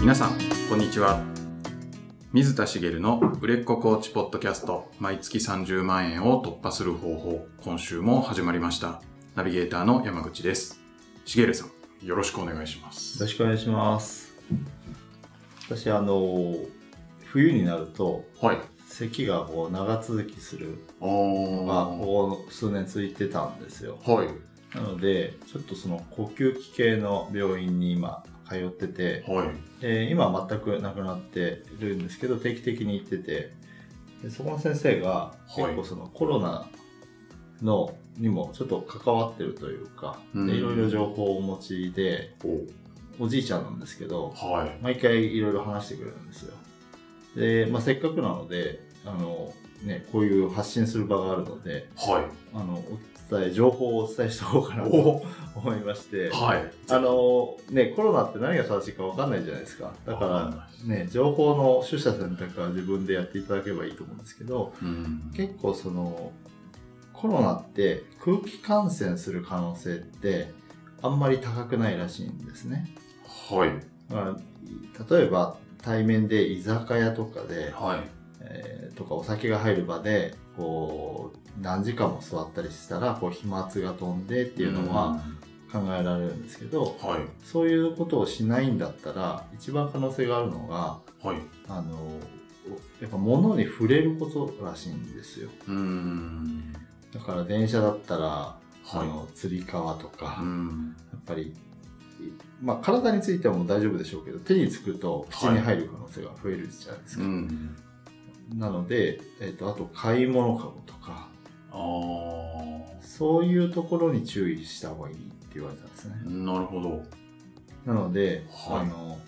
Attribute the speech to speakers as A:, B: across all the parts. A: 皆さん、こんにちは。水田茂の売れっ子コーチポッドキャスト、毎月30万円を突破する方法、今週も始まりました。ナビゲーターの山口です。茂さん、よろしくお願いしま
B: よ
A: す。
B: ろしくお願いします。私、あの、冬になると、
A: はい。
B: 咳がこう長続きするの
A: お
B: が、ここ数年続いてたんですよ。
A: はい。
B: なので、ちょっとその呼吸器系の病院に今、通ってて、
A: はい。
B: で今は全くなくなってるんですけど、定期的に行ってて、でそこの先生が、
A: はい
B: 結構そのコロナの、にもちょっと関わってるというか、
A: うん
B: でいろいろ情報をお持ちで、おじいちゃんなんですけど、
A: おはい。
B: 毎回いろいろ話してくれるんですよで、まあ、せっかくなのであの、ね、こういう発信する場があるので
A: は。
B: あのお伝え情報をお伝えしておこうかないと思いまして
A: はい。
B: あの、ね、コロナって何が正しいか分かんないじゃないですかだ
A: わかんな
B: から、ね、情報の取捨選択は自分でやっていただければいいと思うんですけど
A: うん。
B: 結構そのコロナって空気感染する可能性ってあんまり高くないらしいんですね。
A: はい。
B: まあ、例えば対面で居酒屋とかで、
A: はい。
B: えーとかお酒が入る場でこう何時間も座ったりしたらこう飛沫が飛んでっていうのは考えられるんですけど、
A: うん、はい。
B: そういうことをしないんだったら一番可能性があるのが
A: はい。
B: あのやっぱ物に触れることらしいんですよ
A: うーん。
B: だから電車だったら、あ
A: は
B: のつり革とか、
A: い。うん。
B: やっぱり、まあ、体についてはもう大丈夫でしょうけど手につくと口に入る可能性が増えるじゃないで
A: う
B: すか、
A: ん。
B: なので、えっとあと買い物かごとか
A: ああ。
B: そういうところに注意した方がいいって言われたんですね
A: なるほど。
B: なので、
A: はい
B: あの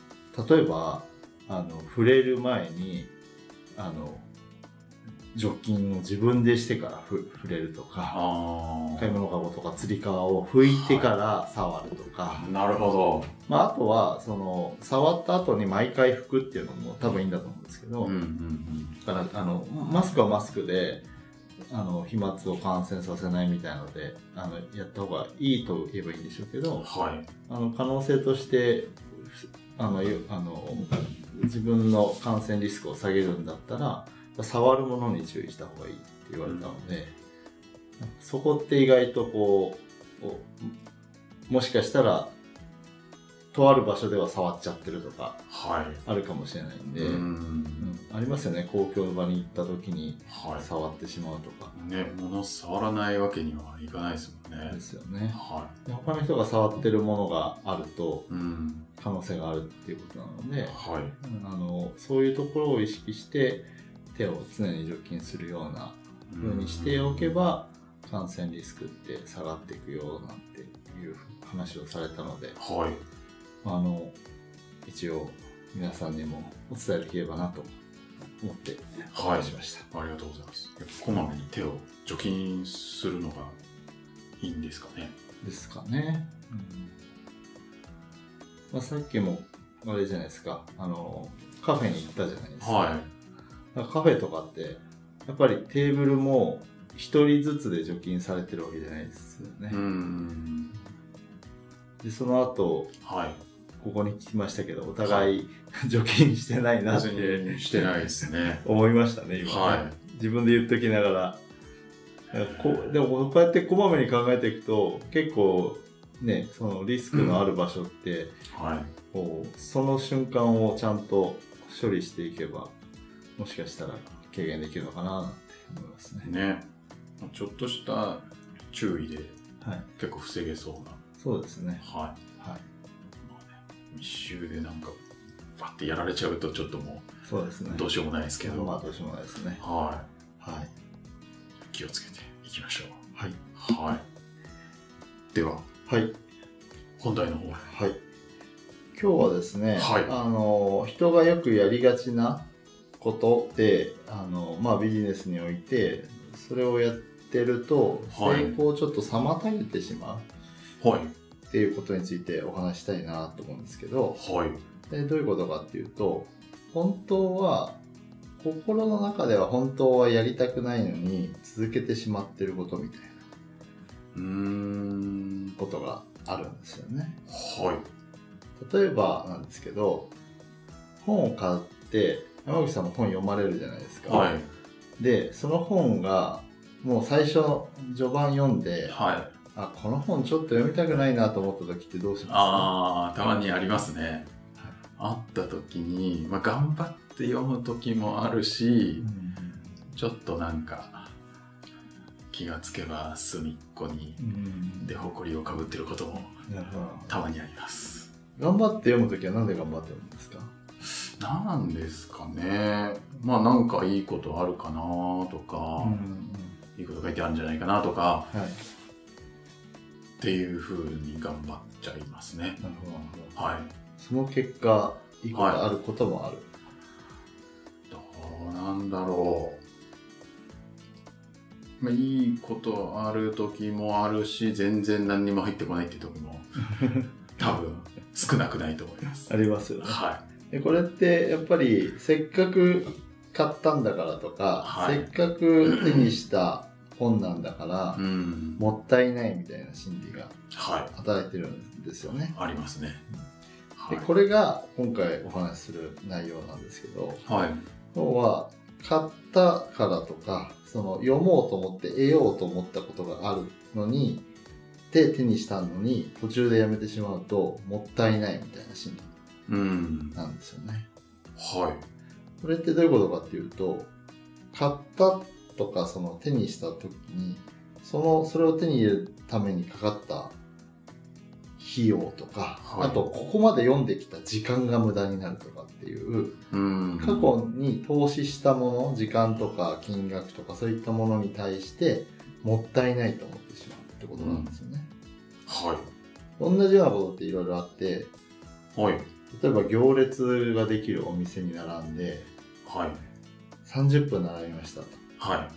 B: 例えばあの触れる前にあの除菌を自分でしてからふ触れるとか
A: あ
B: 買い物かごとかつり革を拭いてから触るとか、
A: あ。なるほ
B: まあ、あとはその触った後に毎回拭くっていうのも多分いいんだと思うんですけど、
A: ど。うんうん
B: だからあのマスクはマスクであの飛沫を感染させないみたいのであのやった方がいいと言えばいいんでしょうけ
A: うん。
B: ど
A: はい。
B: あの可能性としてあのよあの自分の感染リスクを下げるんだったら触るものに注意した方がいいって言われたので、そこって意外とこうこうもしかしたらとある場所では触っちゃってるとか
A: は
B: あるかもしれないん
A: い。
B: で、
A: う。
B: うんんありますよね公共の場に行った時に
A: は
B: 触ってしまうとか
A: い。ね、物触らないわけにはいかないですもんね
B: で。すよね
A: は
B: で他の人が触ってるものがあると
A: い。うん。
B: 可能性があるっていうことなので、
A: はい。
B: うんあのそういうところを意識して手を常に除菌するようなふうにしておけば感染リスクって下がっていくよなんていう話をされたので
A: はい。
B: あの一応皆さんにもお伝えできればなと思ってお
A: は
B: 願
A: い
B: いし。ました、
A: ありがとうございます。やっぱこまめに手を除菌するのがいいんですかね。
B: ですかね、まあ、さっきもあれじゃないですかあのカフェに行ったじゃないですか、
A: は
B: だからカフェとかってやっぱりテーブルも一人ずつで除菌されてるわけじゃないですよね
A: い。、うん。
B: でその後
A: はい。
B: ここに聞きましたけどお互い除菌してないなって
A: にしてないですね。
B: 思いましたね今ね
A: は
B: 自分で言っときながらだからこうでもこうやってこまめに考えていくと結構ねそのリスクのある場所って、
A: い。はい。
B: こうその瞬間をちゃんと処理していけばもしかしたら軽減できるのかなって思いますね
A: ね。ちょっとした注意で
B: はい
A: 結構防げそうな。
B: そうですね
A: はい。
B: はい
A: 一周でなんかバッてやられちゃうとちょっとも
B: そうですね
A: うどうしようもないですけど、
B: まあどうしようもないですね
A: は
B: はい
A: い気をつけていきましょ
B: はい、
A: うはいでは
B: はい
A: 本題の方へ
B: はい。今日はですね、
A: はい
B: あの人がよくやりがちなことで、あのまあビジネスにおいてそれをやってると
A: はい
B: 成功をちょっと妨げてしまう
A: はい
B: っていうことについてお話したいなと思うんですけど、
A: はい
B: でどういうことかっていうと、本当は心の中では本当はやりたくないのに続けてしまってることみたいな
A: うーん
B: ことがあるんですよね。
A: はい
B: 例えばなんですけど本を買って山口さんも本読まれるじゃないですか、
A: はい。
B: でその本がもう最初序盤読んで、
A: はい。
B: あこの本ちょっと読みたくないなと思った時ってどうしま
A: ああ、たまにありますね。あった時に、まあ、頑張って読む時もある
B: す
A: し
B: か、
A: ちょっとなんか、気がつけば隅っこに
B: うんうん
A: で埃をかぶってることも
B: なるほど
A: たまにあります。
B: 頑張って読む時はなんで頑張って読むんですか
A: なんですかね。まあなんかいいことあるかなとか、いいこと書いてあるんじゃないかなとか
B: はい
A: っていうふうに頑張っちゃいますね。
B: なるほどなるほど
A: はい。
B: その結果いいことあることもある、
A: どうなんだろう。まあ、いいことある時もあるし、全然何にも入ってこないって時 も、多分少なくないと思います。
B: ありますよね
A: は
B: でこれってやっぱりせっかく買ったんだからとか、
A: はい
B: せっかく手にした本なんだから
A: い。、うん。
B: もったいないみたいな心理が
A: はい。
B: 働いてるんですよね。
A: ありますね。はい
B: で。これが今回お話しする内容なんですけど
A: はい。
B: 今日は買ったからとかその読もうと思って得ようと思ったことがあるのにで手にしたのに途中でやめてしまうともったいないみたいな心理
A: うん。
B: なんですよね。
A: はい。
B: これってどういうことかっていうと買ったとかその手にした時にそのそれを手に入れるためにかかった費用とか、
A: はい
B: あとここまで読んできた時間が無駄になるとかっていう
A: うん。
B: 過去に投資したもの時間とか金額とかそういったものに対してもったいないと思ってしまうってことなんですよね。
A: は
B: 同じようなことっていろいろあって
A: い。はい。
B: 例えば行列ができるお店に並んで
A: はい。
B: 30分並びましたと。
A: は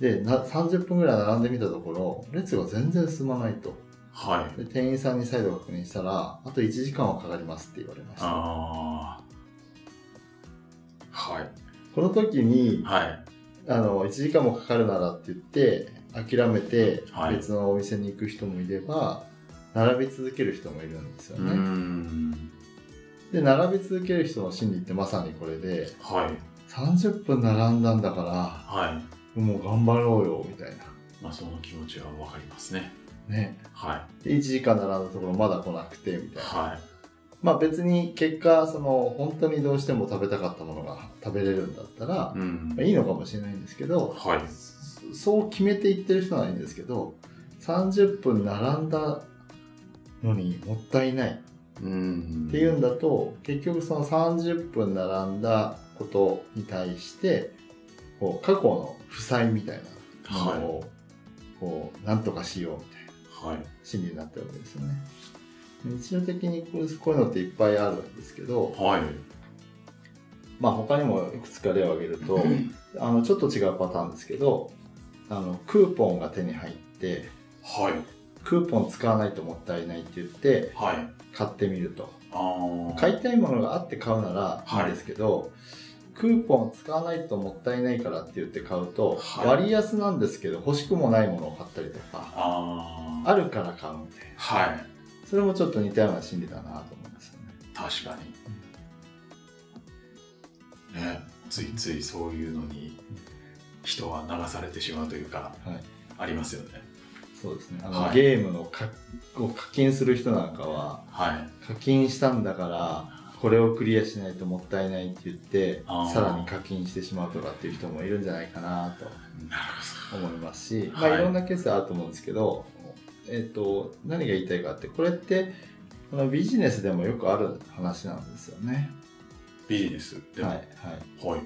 A: い。
B: でな30分ぐらい並んでみたところ列が全然進まないと
A: はい。
B: で店員さんに再度確認したらあと1時間はかかりますって言われました
A: ああ。はい。
B: この時に
A: はい。
B: あの1時間もかかるならって言って諦めて
A: はい
B: 別のお店に行く人もいれば、並び続ける人もいるんですよ
A: う
B: ね、
A: ん。
B: で並び続ける人の心理ってまさにこれで
A: はい。
B: 30分並んだんだか
A: はい。
B: らもう頑張ろうよみたいな
A: まあ、その気持ちはわかりますね。
B: ね
A: は
B: で1時間並んだところまだ来なくてみ
A: い。
B: たいな
A: は
B: まあ別に結果その本当にどうしても食べたかったものが食べれるんだったら、
A: い。うん
B: まあ。いいのかもしれないんですけど
A: はい。
B: そそう決めていってる人ならいいんですけど30分並んだのにもったいないっ
A: うん。
B: ていうんだと、結局その30分並んだことに対してこう過去の負債みたいなものを、こうなんとかしようみたいな
A: はい。
B: 心理になってるわけですよね。日常的にこうこういうのっていっぱいあるんですけど、
A: はい。
B: まあ他にもいくつか例を挙げるとあのちょっと違うパターンですけどあのクーポンが手に入って
A: はい。
B: クーポン使わないともったいないって言って
A: はい。
B: 買ってみると
A: ああ。
B: 買いたいものがあって買うなら
A: はい
B: いいんですけど、クーポン使わないともったいないからって言って買うと、
A: はい
B: 割安なんですけど欲しくもないものを買ったりとか
A: ああ。
B: あるから買うみたいな
A: はい。
B: それもちょっと似たような心理だなと思いますよね。
A: 確かに。ね。ついついそういうのに人は流されてしまうというか、
B: はい
A: ありますよね。
B: そうですねあの、
A: はい
B: ゲームのかを課金する人なんかは
A: はい。
B: 課金したんだからこれをクリアしないともったいないって言って
A: あー
B: さらに課金してしまうとかっていう人もいるんじゃないか
A: な
B: な
A: る
B: と思いますし、
A: はい
B: まあ、いろんなケースあると思うんですけど、えっと何が言いたいかってこれってこのビジネスでもよくある話なんですよね。
A: ほど。ビジネスで
B: はい
A: も。
B: は
A: はいい。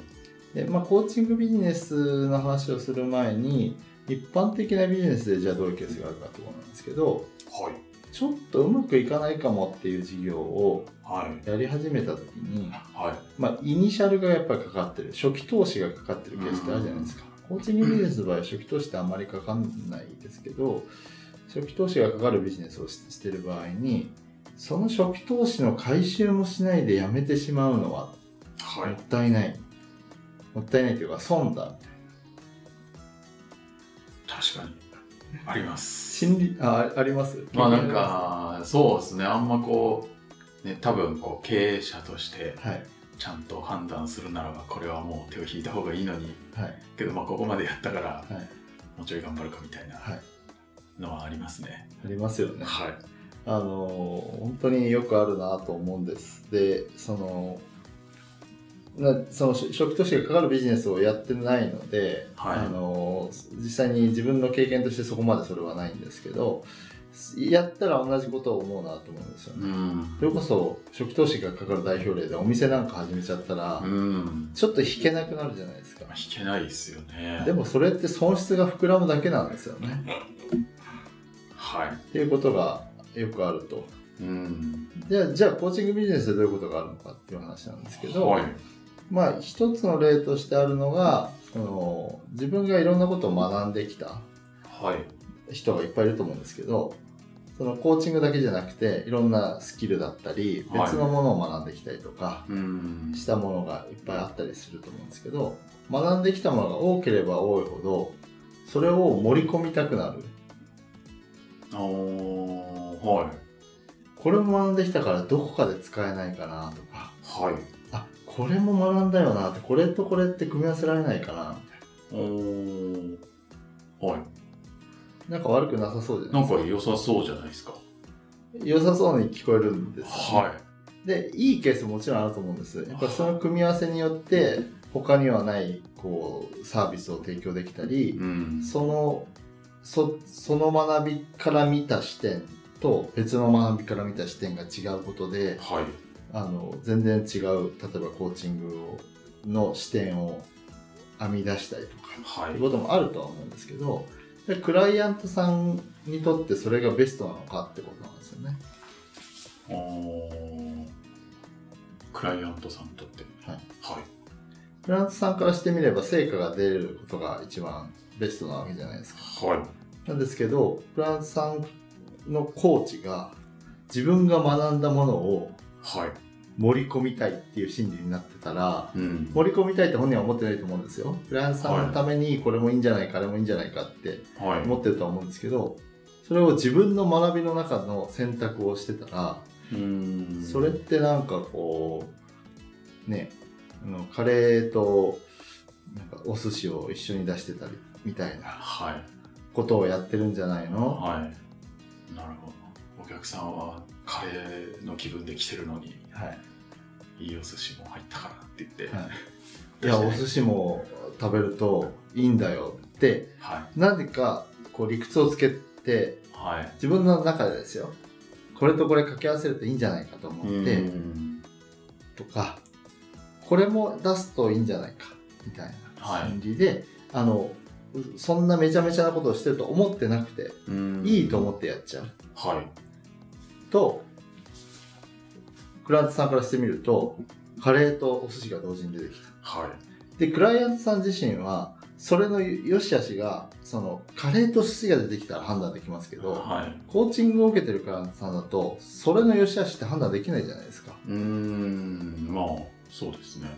B: でまあ、コーチングビジネスの話をする前に一般的なビジネスでじゃあどういうケースがあるかってことなんですけど
A: はい。
B: ちょっとうまくいかないかもっていう事業を
A: はい。
B: やり始めた時に
A: はい。
B: まあ、イニシャルがやっぱりかかってる初期投資がかかってるケースってあるじゃないですか、コーチングビジネスの場合初期投資ってあんまりかかんないですけど初期投資がかかるビジネスをししてる場合にその初期投資の回収もしないでやめてしまうのは
A: は
B: もっ
A: い。
B: たいない、もったいないというか損だ
A: 確かに。あります。
B: 心理ああります
A: まあなんかそうですねあんまこう、ね、多分こう経営者として
B: はい
A: ちゃんと判断するならばこれはもう手を引いた方がいいのに
B: はい
A: けどまあここまでやったから
B: はい
A: もうちょい頑張るかみたいな
B: はい
A: のはありますね。
B: ありますよね
A: はい。
B: あの本当によくあるなと思うんですでそのなそのし初期投資がかかるビジネスをやってないので、
A: はい
B: あの実際に自分の経験としてそこまでそれはないんですけどやったら同じことを思うなと思うんですよね、
A: うん
B: そ。れこそ初期投資がかかる代表例でお店なんか始めちゃったら、
A: うん。
B: ちょっと引けなくなるじゃないですか
A: まあ引けないですよね。
B: でもそれって損失が膨らむだけなんですよね
A: はい。
B: っていうことがよくあると
A: うん。
B: じゃあじゃあコーチングビジネスでどういうことがあるのかっていう話なんですけど、
A: はい。
B: まあ一つの例としてあるのがその自分がいろんなことを学んできた
A: はい。
B: 人がいっぱいいると思うんですけどそのコーチングだけじゃなくていろんなスキルだったり
A: はい
B: 別のものを学んできたりとか、
A: うん。
B: したものがいっぱいあったりすると思うんですけど学んできたものが多ければ多いほどそれを盛り込みたくなる
A: おーはい。
B: これも学んできたからどこかで使えないかなとか
A: はい。
B: あこれも学んだよなってこれとこれって組み合わせられないかなみたい
A: おーは
B: ななんか悪くなさそうじゃ
A: い。
B: ない
A: な
B: で
A: ん
B: すか
A: か良さそうじゃないですか。
B: 良さそうに聞こえるんですよね、
A: は
B: でいいケースももちろんあると思うんですやっぱその組み合わせによって他にはないこうサービスを提供できたり、
A: い。うん。
B: そのそその学びから見た視点と別の学びから見た視点が違うことで
A: はい。
B: あの全然違う例えばコーチングをの視点を編み出したりとか
A: は
B: っ
A: い
B: て。こともあるとは思うんですけどでクライアントさんにとってそれがベストなのかってことなんですよね。
A: おークライアントさんにとって。
B: はい
A: はい。
B: クライアントさんからしてみれば成果が出ることが一番ベストなわけじゃないですか。
A: はい。
B: なんですけどクライアントさんのコーチが自分が学んだものを
A: はい。
B: 盛り込みたいっていう心理になってたら
A: うん。
B: 盛り込みたいって本人は思ってないと思うんですよフランスさんのためにこれもいいんじゃないか、あれもいいんじゃないかって
A: はい。
B: 思ってるとは思うんですけどそれを自分の学びの中の選択をしてたら
A: うーん
B: それってなんかこうねあのカレーとなんかお寿司を一緒に出してたりみたいな
A: はい
B: ことをやってるんじゃないの
A: はいなるほどお客さんはカレーの気分で来てるのに
B: はい
A: いいお寿司も入ったからって言って
B: いやお
A: 司
B: 寿司も食べるといいんだよって
A: は
B: なぜかこう理屈をつけて
A: いはい
B: 自分の中でですよこれとこれ掛け合わせるといいんじゃないかと思って、
A: うん
B: とかこれも出すといいんじゃないかみたい
A: は
B: ない心理で、あのうそんなめちゃめちゃなことをしてると思ってなくて
A: うん
B: いいと思ってやっちゃう
A: はい
B: とクライアントさんからしてみるとカレーとお寿司が同時に出てきた
A: はい
B: でクライアントさん自身はそれの良し悪しがそのカレーと寿司が出てきたら判断できますけど、
A: はい
B: コーチングを受けてるクライアントさんだとそれの良し悪しって判断できないじゃないですか
A: うーんまあそうですね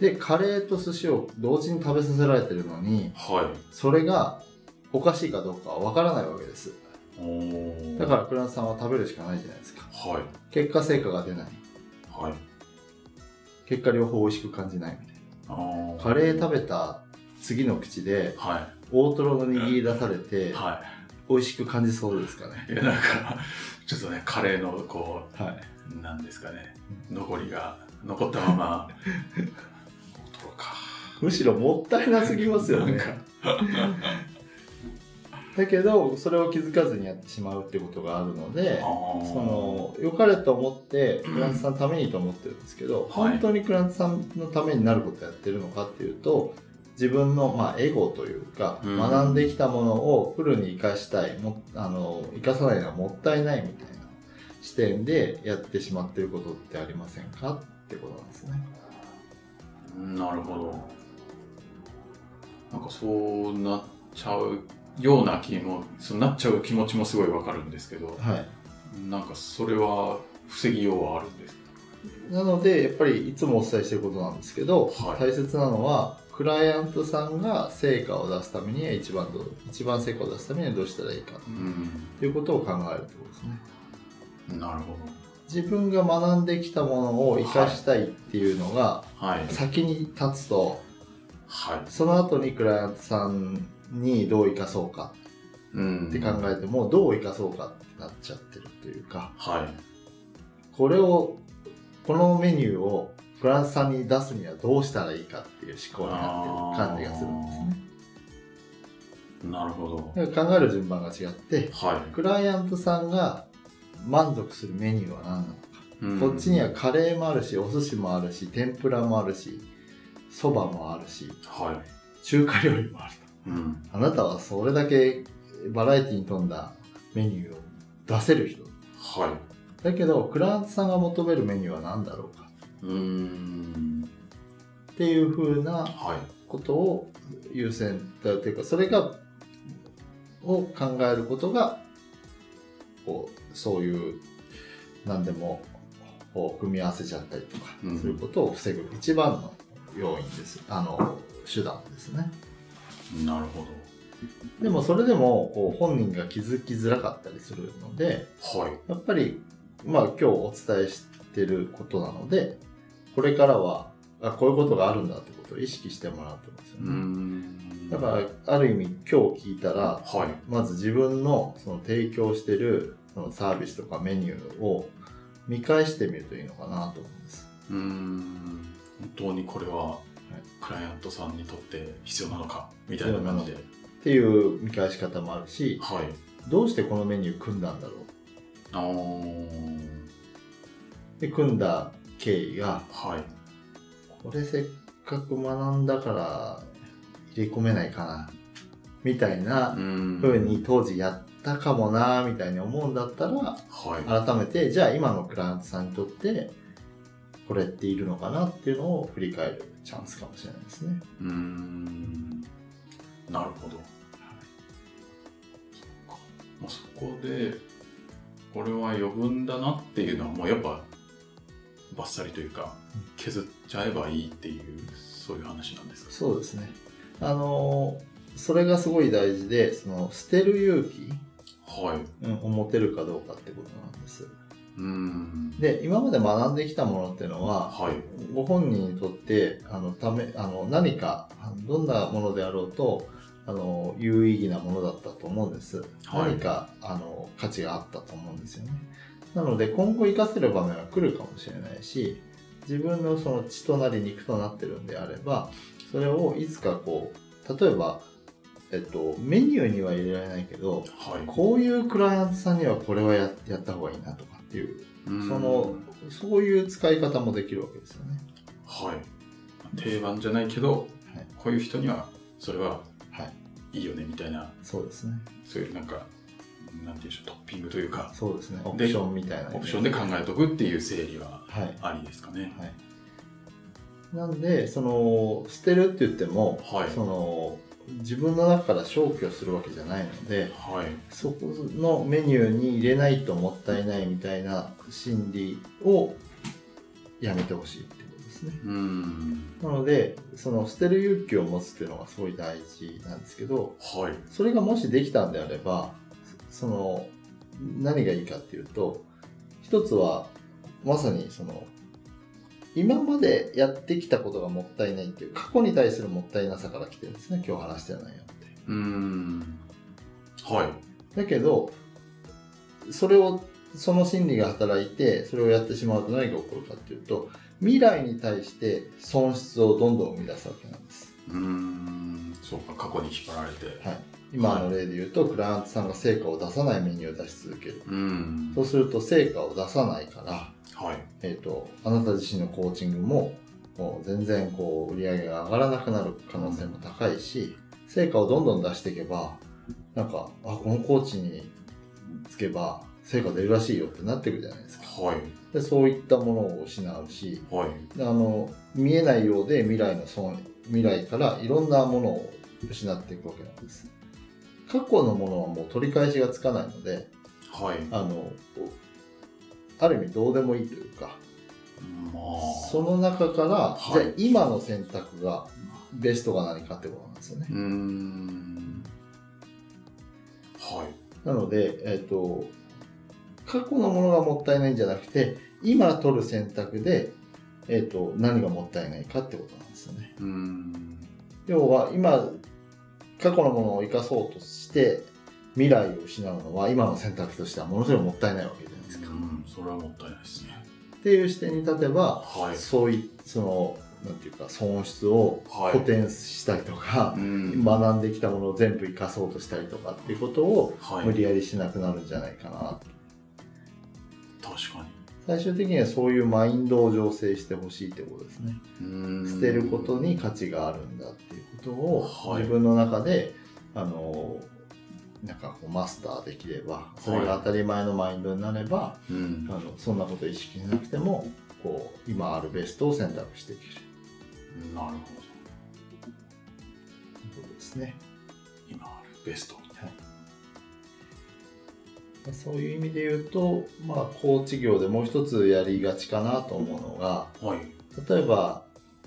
B: でカレーと寿司を同時に食べさせられてるのに
A: はい
B: それがおかしいかどうかはわからないわけです
A: お
B: だかららクライアントさんは食べるしかないじゃないですか
A: はい
B: 結果成果が出ない
A: はい
B: 結果両方美味しく感じないみたい
A: あー
B: なカレー食べた次の口で
A: は
B: 大トロの握り出され
A: い
B: て
A: は
B: 美味しく感じそうですかね
A: いいやなんかちょっとねカレーのこう
B: はい
A: なんですかね残りが残ったま ま大トロか
B: むしろもったいなすぎますよね
A: なんか
B: だけどそれを気づかずにやってしまうってことがあるのでそ
A: そ
B: の良かれと思ってクランツさんのためにと思ってるんですけど、本当にクランツさんのためになることやってるのかっていうと自分のまあエゴというか、
A: うん
B: 学んできたものをフルに生かしたいもあの生かさないのはもったいないみたいな視点でやってしまってることってありませんかってことなんですね。
A: なるほどなんかそうなっちゃうような気もそうなっちゃう気持ちもすごいわかるんですけど
B: はい
A: なんかそれは防ぎようはあるんですか
B: なのでやっぱりいつもお伝えしてることなんですけど、
A: はい
B: 大切なのはクライアントさんが成果を出すためには一番どう一番成果を出すためにはどうしたらいいか
A: うん
B: ということを考えるってことですね。
A: なるほど
B: 自分が学んできたものを生かしたいっていうのが
A: はい。
B: 先に立つと、
A: はい。
B: その後にクライアントさんにどう生かそうか
A: うん。
B: って考えてもどう生かそうかってなっちゃってるというか
A: は
B: これをこのメニューをクライアントさんに出すにはどうしたらいいかっていう思考になってる感じがするんですね
A: い。なるほど。
B: だから考える順番が違って
A: はい。
B: クライアントさんが満足するメニューは何なのか
A: うん
B: こっちにはカレーもあるしお寿司もあるし天ぷらもあるしそばもあるし
A: は
B: 中華料理もある
A: い。うん。
B: とあなたはそれだけバラエティに富んだメニューを出せる人
A: はい。
B: だけどクライアントさんが求めるメニューは何だろうか
A: うーん。
B: っていう風な
A: はい。
B: ことを優先だというかそれがを考えることがこうそういう何でもこう組み合わせちゃったりとか
A: うん
B: そういうことを防ぐ一番の要因ですあの手段ですね
A: なるほ
B: でもそれでもこう本人が気づきづらかったりするので
A: ど。はい。
B: やっぱりまあ今日お伝えしてることなのでこれからはあこういうことがあるんだってことを意識してもらうと思うんですよ
A: う
B: ね、
A: ーん。
B: だからある意味今日聞いたら
A: はい。
B: まず自分のその提供してるそのサービスとかメニューを見返してみるといいのかなと思うんです。
A: うーん。本当にこれは、クライアントさんにとって必要なのかみたいな感じで。
B: っていう見返し方もあるし
A: はい。
B: どうしてこのメニュー組んだんだろ
A: あー。
B: うで組んだ経緯が
A: はい。
B: これせっかく学んだから入れ込めないかなみたいな
A: うーん。
B: 風に当時やったかもなみたいに思うんだったら
A: はい。
B: 改めてじゃあ今のクライアントさんにとってこれっているのかなっていうのを振り返るチャンスかもしれないですね。
A: うーんなるほど、もうそこでこれは余分だなっていうのはもうやっぱバッサリというか削っちゃえばいいっていうそういう話なんですか
B: そうですね。あのーそれがすごい大事でその捨てる勇気
A: はい
B: うんを持てるかどうかってことなんです。
A: うーん
B: で今まで学んできたものっていうのは
A: はい
B: ご本人にとってあのためあの何かあのどんなものであろうとあの有意義なものだったと思うんです、
A: はい
B: 何かあの価値があったと思うんですよねなので今後活かせる場面は来るかもしれないし自分のその血となり肉となってるんであればそれをいつかこう例えば、えっと、メニューには入れられないけど
A: はい
B: こういうクライアントさんにはこれはややった方がいいなとかっていう
A: そ
B: そのそういう使い方もできるわけですよね。
A: はい定番じゃないけど
B: はい、
A: こういう人にはそれは
B: はい、
A: いいよねみたいな
B: そうですね。
A: そういうなんかなんていうんでしょうトッピングというか
B: そうですね。オプションみたいな。
A: オプションで考えとくっていう整理は
B: はい。は
A: ありですかね
B: い。なんで、その捨てるって言っても、
A: はい
B: その自分の中から消去するわけじゃないので、
A: はい
B: そこのメニューに入れないともったいないみたいな心理をやめてほしいってことですね。
A: うん
B: なので、その捨てる勇気を持つっていうのがすごい大事なんですけど、
A: はい
B: それがもしできたんであればその何がいいかっていうと一つはまさにその今までやってきたことがもったいないっていう過去に対するもったいなさから来てるんですね今日話してる内容って
A: うんはい
B: だけどそれをその心理が働いてそれをやってしまうと何が起こるかっていうと未来に対して損失をどんどん生み出すわけなんです
A: うんそうか過去に引っ張られて
B: はい今の例で言うと、クライアントさんが成果を出さないメニューを出し続ける
A: うん
B: そうすると成果を出さないから、
A: はい
B: えー、とあなた自身のコーチングももう全然こう売り上げが上がらなくなる可能性も高いし成果をどんどん出していけばなんかあこのコーチにつけば成果出るらしいよってなっていくじゃないですか
A: はい
B: でそういったものを失うし
A: はい
B: あの見えないようで未来の損未来からいろんなものを失っていくわけなんです過去のものはもう取り返しがつかないので
A: はい
B: あのある意味どうでもいいというか
A: ま
B: その中から、
A: はい
B: じゃあ今の選択がベストが何かってことなんですよね
A: あうんはい
B: なのでえっ、と過去のものがもったいないんじゃなくて今取る選択で、えー、と何がもったいないかってことなんですよね
A: うん。
B: 要は今過去のものを生かそうとして未来を失うのは今の選択としてはものすごいもったいないわけじゃないですか、っ
A: うん、それはもったいないですね。
B: ていう視点に立てば
A: はい。
B: そういそのなんていうか損失を
A: はい
B: 補填したりとか、
A: うん
B: 学んできたものを全部生かそうとしたりとかっていうことを
A: はい。
B: 無理やりしなくなるんじゃないかな、
A: 確か
B: 最終的にはそういうマインドを醸成してほしいってことですね、
A: に。うん
B: 捨てることに価値があるんだっていうことを、
A: はい
B: 自分の中であのなんかこうマスターできればそれが当たり前のマインドになれば、
A: うん
B: あ。のそんなこと意識しなくてもこう今あるベストを選択していける
A: なるほど。
B: ということですね
A: 今あるベスト。
B: まあそういう意味で言うと、まあ、コーチ業でもう一つやりがちかなと思うのが
A: はい。
B: 例えば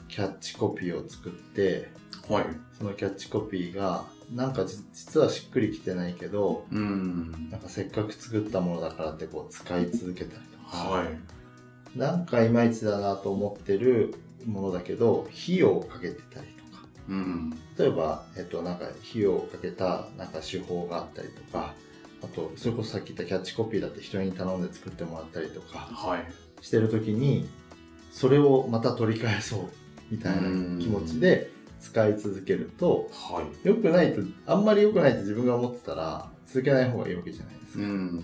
B: キャッチコピーを作って
A: はい。
B: そのキャッチコピーがなんかじ実はしっくりきてないけど
A: うん
B: な。んかせっかく作ったものだからってこう使い続けたりとか、
A: はい。
B: なんかいまいちだなと思ってるものだけど費用をかけてたりとか
A: うん。
B: 例えば、えっと、なんか費用をかけたなんか手法があったりとかあとそれこそさっき言ったキャッチコピーだって人に頼んで作ってもらったりとか
A: はい。
B: してる時にそれをまた取り返そうみたいな気持ちで使い続けると、
A: は
B: 良くないとあんまり良くないって自分が思ってたら続けない方がいいわけじゃないです
A: い。
B: か、
A: ん。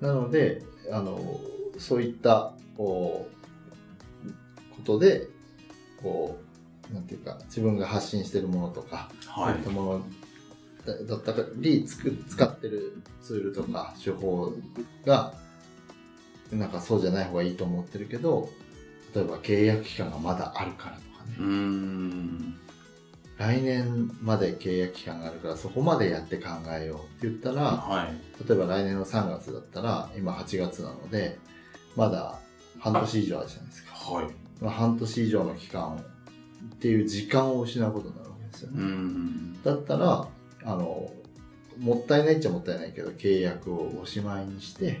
B: なのであのそういったこうことでこうなんていうか自分が発信してるものとか、
A: は
B: そういった
A: い。
B: ものだだったりつく使ってるツールとか手法がなんかそうじゃない方がいいと思ってるけど例えば契約期間がまだあるからとかね、
A: うん。
B: 来年まで契約期間があるからそこまでやって考えようって言ったら
A: はい。
B: 例えば来年の3月だったら今8月なのでまだ半年以上あるじゃないですか、
A: は
B: まあ、半年以上の期間をっていう時間を失うことになるわけですよ
A: い。う
B: ね、
A: ん。
B: だったらあのもったいないっちゃもったいないけど契約をおしまいにして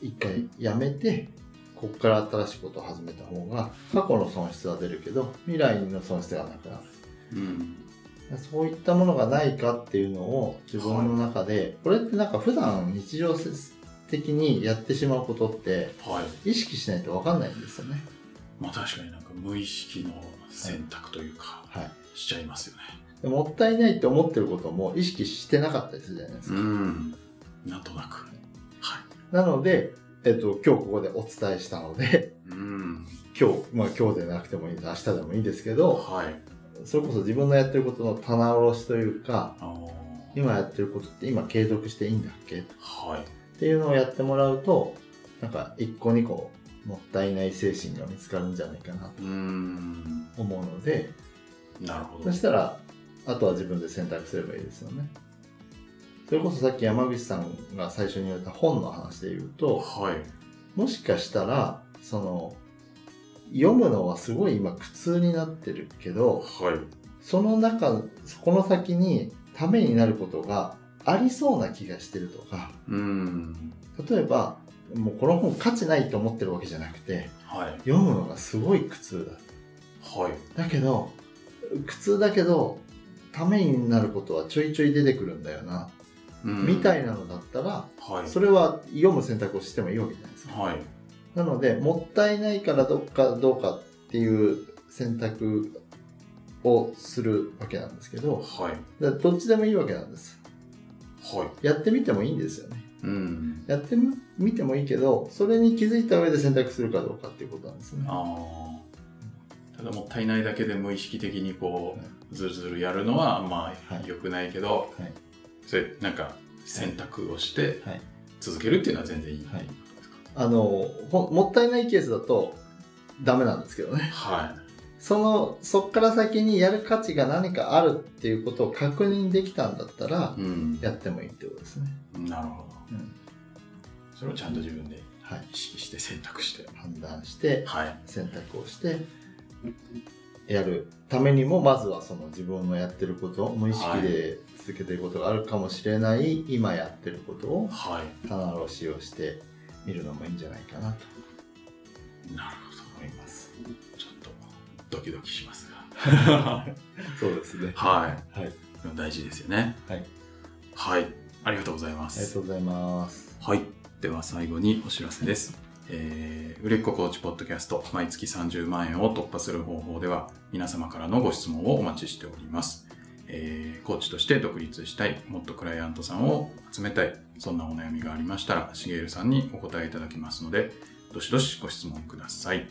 B: 一回やめてこっから新しいことを始めた方が過去の損失は出るけど未来の損失はなくなる
A: うん。
B: そういったものがないかっていうのを自分の中で、これってなんか普段日常的にやってしまうことって
A: はい。
B: 意識しないと分かんないんですよね。
A: まあ確かになんか無意識の選択というか、
B: はい、
A: しちゃいますよね。
B: でもったいないって思ってることも意識してなかったりするじゃないですか。
A: ん。なんとなく。はい。
B: なので、えっと、今日ここでお伝えしたので、
A: うん。
B: 今日、まあ今日でなくてもいいです、明日でもいいですけど、
A: はい。
B: それこそ自分のやってることの棚卸しというか、
A: あのー
B: 今やってることって今継続していいんだっけ
A: はい。
B: っていうのをやってもらうとなんか1個2個もったいない精神が見つかるんじゃないかなと
A: うん。
B: 思うので
A: なるほど
B: そ。したらあとは自分で選択すればいいですよねそれこそさっき山口さんが最初に言った本の話で言うと
A: はい。
B: もしかしたらその読むのはすごい今苦痛になってるけど
A: はい。
B: その中そこの先にためになることがありそうな気がしてるとか
A: うん。
B: 例えばもうこの本価値ないと思ってるわけじゃなくて
A: はい。
B: 読むのがすごい苦痛
A: はい。
B: だだけど苦痛だけどためになることはちょいちょい出てくるんだよな、
A: うん
B: みたいなのだったら
A: はい。
B: それは読む選択をしてもいいわけじゃないですか
A: はい。
B: なのでもったいないからどっかどうかっていう選択をするわけなんですけど
A: はい。
B: だからどっちでもいいわけなんです
A: はい。
B: やってみてもいいんですよね
A: うん。
B: やってみ見てもいいけどそれに気づいた上で選択するかどうかっていうことなんですね
A: ああ。ただもったいないだけで無意識的にこ、
B: はいう
A: ずるずるやるのは、まあ
B: は、い
A: 良くないけど、
B: はい
A: それ、なんか、選択をして
B: はい、
A: 続けるっていうのは全然いい。
B: はいあのほもったいないケースだとダメなんですけどね
A: は
B: そのそっから先にやる価値が何かあるっていうことを確認できたんだったら
A: い。うん。
B: やってもいいってことですね、
A: なるほど。
B: うん
A: それをちゃんと自分で
B: はい、
A: 意識して選択して。
B: 判断して
A: はい。
B: 選択をしてやるためにもまずはその自分のやってること無意識で続けていくことがあるかもしれない、今やってることを
A: はい。
B: 棚卸しをしてみるのもいいんじゃないかなと
A: なるほ
B: 思います。
A: ど。ちょっと、ドキドキしますが。
B: そうですね。
A: はい。
B: はい、あり
A: 大事ですよね。
B: はい。
A: はい。ありがとうございま
B: が
A: す
B: と。うございます。
A: はい。では最後にお知らせです。えー売れっ子コーチポッドキャスト、毎月30万円を突破する方法では、皆様からのご質問をお待ちしております。えーコーチとして独立したい、もっとクライアントさんを集めたい、そんなお悩みがありましたら、しげるさんにお答えいただきますので、どしどしご質問ください。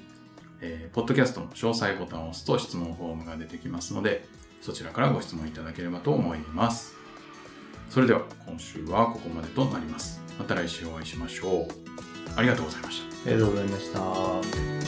A: えーポッドキャストの詳細ボタンを押すと質問フォームが出てきますので、そちらからご質問いただければと思います。それでは今週はここまでとなります。また来週お会いしましょう。ありがとうございました。
B: ありがとうございました。